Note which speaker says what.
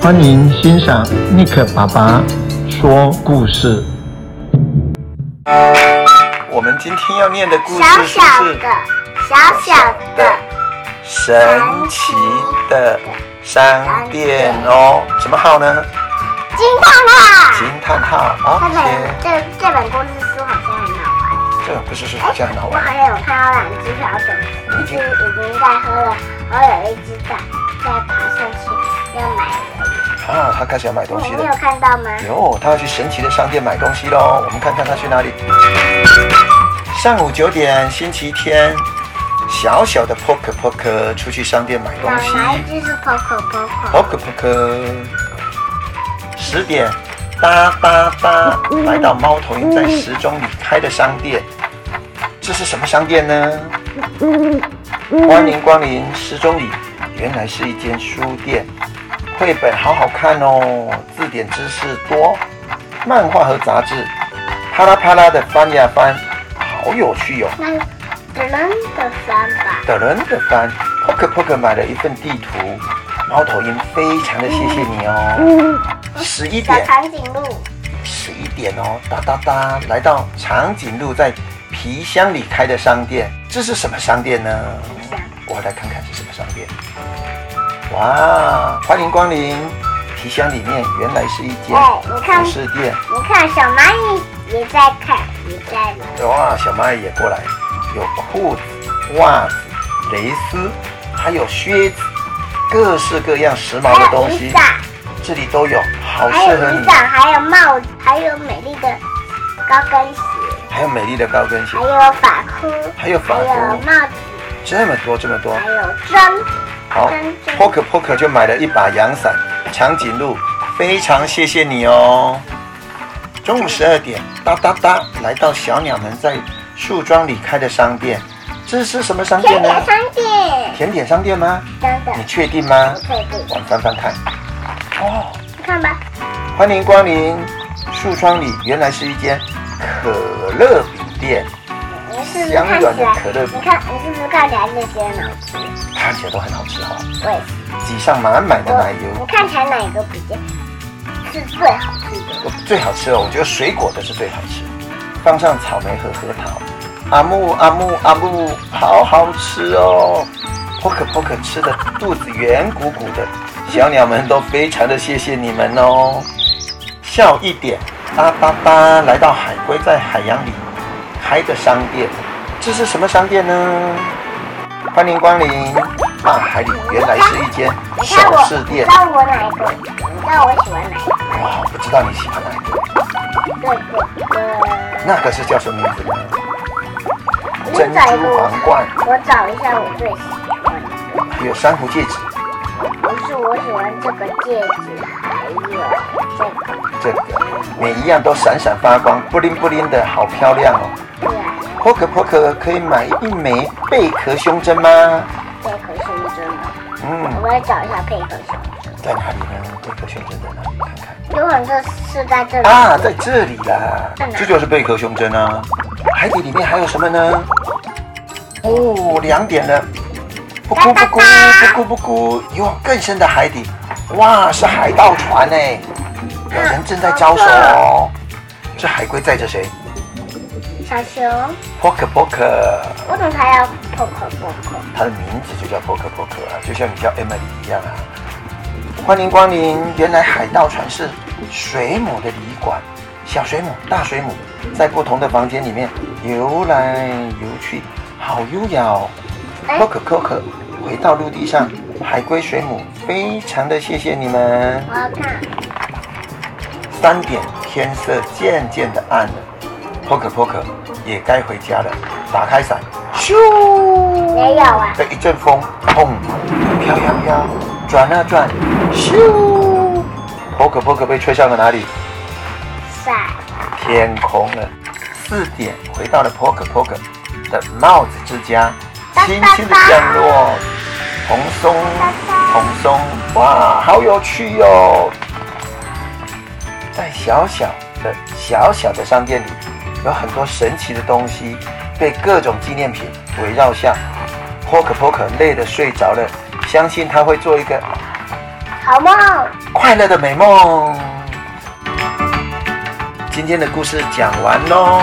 Speaker 1: 欢迎欣赏尼克爸爸说故事。我们今天要念的故
Speaker 2: 小
Speaker 1: 事
Speaker 2: 小
Speaker 1: 是
Speaker 2: 的，小小的，
Speaker 1: 神奇的商店哦，什么号呢？
Speaker 2: 金胖胖。
Speaker 1: 惊叹号
Speaker 2: 这
Speaker 1: ，OK，
Speaker 2: 本这这本故事书好像很好玩，
Speaker 1: 这个不是说好像很好
Speaker 2: 我
Speaker 1: 玩
Speaker 2: 好，像有看到两只小狗，一只已经在喝了，然后有一只在在爬上去要买人，
Speaker 1: 啊，他开始要买东西
Speaker 2: 你
Speaker 1: 了
Speaker 2: 哎没有。看到吗？
Speaker 1: 哟，他要去神奇的商店买东西喽。我们看看他去哪里。上午九点，星期天，小小的 Poke Poke 出去商店买东
Speaker 2: 哪
Speaker 1: 西。
Speaker 2: 哪一只是 Poco Poco？
Speaker 1: Poke Poke。十点，哒哒哒，来到猫头鹰在十中里开的商店。这是什么商店呢？欢迎光临十中里，原来是一间书店，绘本好好看哦，字典知识多，漫画和杂志，啪啦啪啦的翻呀翻，好有趣哟、哦。
Speaker 2: 那只能的三吧。
Speaker 1: 的人的翻，Poke Poke 买了一份地图，猫头鹰非常的谢谢你哦。十一
Speaker 2: 小
Speaker 1: 点，
Speaker 2: 长颈鹿，
Speaker 1: 十一点哦，哒哒哒，来到长颈鹿在皮箱里开的商店，这是什么商店呢？我来看看是什么商店。哇，欢迎光临！皮箱里面原来是一间
Speaker 2: 哎你看
Speaker 1: 服饰店。
Speaker 2: 你看小蚂蚁也在看，也在呢。
Speaker 1: 哇，小蚂蚁也过来，有裤子、袜子、蕾丝，还有靴子，各式各样时髦的
Speaker 2: 还有
Speaker 1: 东
Speaker 2: 雨
Speaker 1: 西，
Speaker 2: 伞。
Speaker 1: 这里都有，好
Speaker 2: 还
Speaker 1: 适
Speaker 2: 有
Speaker 1: 合
Speaker 2: 雨
Speaker 1: 你。
Speaker 2: 伞，还有帽子，还有美丽的高跟鞋，
Speaker 1: 还有美丽的高跟鞋
Speaker 2: 还，有发箍，
Speaker 1: 还有法
Speaker 2: 还有
Speaker 1: 国，
Speaker 2: 帽子，
Speaker 1: 这么多这么多。
Speaker 2: 还有针。
Speaker 1: 好
Speaker 2: 真真
Speaker 1: ，Poker Poker 就买了一把阳伞，长颈鹿，非常谢谢你哦。中午十二点，哒哒哒，来到小鸟们在树桩里开的商店，这是什么商
Speaker 2: 甜
Speaker 1: 店呢
Speaker 2: 点？商店
Speaker 1: 甜点商店吗？
Speaker 2: 等等
Speaker 1: 你，确定吗
Speaker 2: 不？确定，
Speaker 1: 我们翻翻看。哦，
Speaker 2: 你看吧，
Speaker 1: 欢迎光临！树窗里原来是一间可乐饼店，
Speaker 2: 你是不是
Speaker 1: 香
Speaker 2: 看
Speaker 1: 软
Speaker 2: 起
Speaker 1: 的
Speaker 2: 来
Speaker 1: 可乐饼
Speaker 2: 你看你是不是看起来那些呢？
Speaker 1: 看起来都很好吃哈、哦，
Speaker 2: 我也是，
Speaker 1: 挤上满满的奶
Speaker 2: 我
Speaker 1: 油
Speaker 2: 你，看起来哪一个比较是最好吃的？
Speaker 1: 我最好吃哦，我觉得水果的是最好吃，放上草莓和核桃，阿木阿木阿木，好好吃哦！p o k e p o k e 吃的肚子圆鼓鼓的，小鸟们都非常的谢谢你们哦。下午一点，哒哒哒，来到海龟在海洋里开的商店，这是什么商店呢？欢迎光临！大海里原来是一间
Speaker 2: 你看
Speaker 1: 首
Speaker 2: 我，
Speaker 1: 饰
Speaker 2: 你
Speaker 1: 店
Speaker 2: 知。道我哪一个？你知道我喜欢哪一个？
Speaker 1: 哇，不知道你喜欢哪一个？
Speaker 2: 对对对，
Speaker 1: 那个是叫什么名字呢？
Speaker 2: 我
Speaker 1: 珍
Speaker 2: 找一
Speaker 1: 珠
Speaker 2: 个
Speaker 1: 皇冠，
Speaker 2: 我，我找一下我最喜欢的。
Speaker 1: 还有珊瑚戒指，
Speaker 2: 不是我喜欢这个戒指，还有这个
Speaker 1: 这个每一样都闪闪发光，布灵布灵的，好漂亮哦。
Speaker 2: 对啊，
Speaker 1: p o k e p o k e 可以买一枚贝壳胸针吗？
Speaker 2: 贝壳胸针的，
Speaker 1: 嗯，
Speaker 2: 我要找一下贝壳胸针。
Speaker 1: 在哪里呢？贝壳胸针在哪里？看看
Speaker 2: 有很多是在这里，
Speaker 1: 啊，在这里啦
Speaker 2: 在，哪
Speaker 1: 这就是贝壳胸针啊。海底里面还有什么呢？哦，两点了，不咕不咕不咕不咕，游往更深的海底。哇，是海盗船呢，有人正在招手
Speaker 2: 嗯
Speaker 1: 哦。这海龟载着谁
Speaker 2: 小熊，
Speaker 1: ？Poker Poker。
Speaker 2: 我怎么还要 poco poco？
Speaker 1: 它的名字就叫波克波克啊，就像你叫 Emily 一样啊。欢迎光临，原来海盗船是水母的旅馆，小水母、大水母在不同的房间里面游来游去，好优雅哦。
Speaker 2: 哎
Speaker 1: Poker Poker 回到陆地上，海龟、水母非常的谢谢你们。
Speaker 2: 我要看，
Speaker 1: 三点，天色渐渐的暗了。Poker Poker 也该回家了，打开伞，咻，
Speaker 2: 没有啊，
Speaker 1: 被一阵风砰飘摇摇，转啊转，咻，波可波可被吹向了哪里？
Speaker 2: 伞，
Speaker 1: 天空了。四点回到了波可波可的帽子之家，轻轻的降落，红松，红松，哇，好有趣哟、在小小的小小的商店里，有很多神奇的东西被各种纪念品围绕下。Poker Poker 累得睡着了，相信他会做一个
Speaker 2: 好梦。
Speaker 1: 快乐的美梦。今天的故事讲完喽。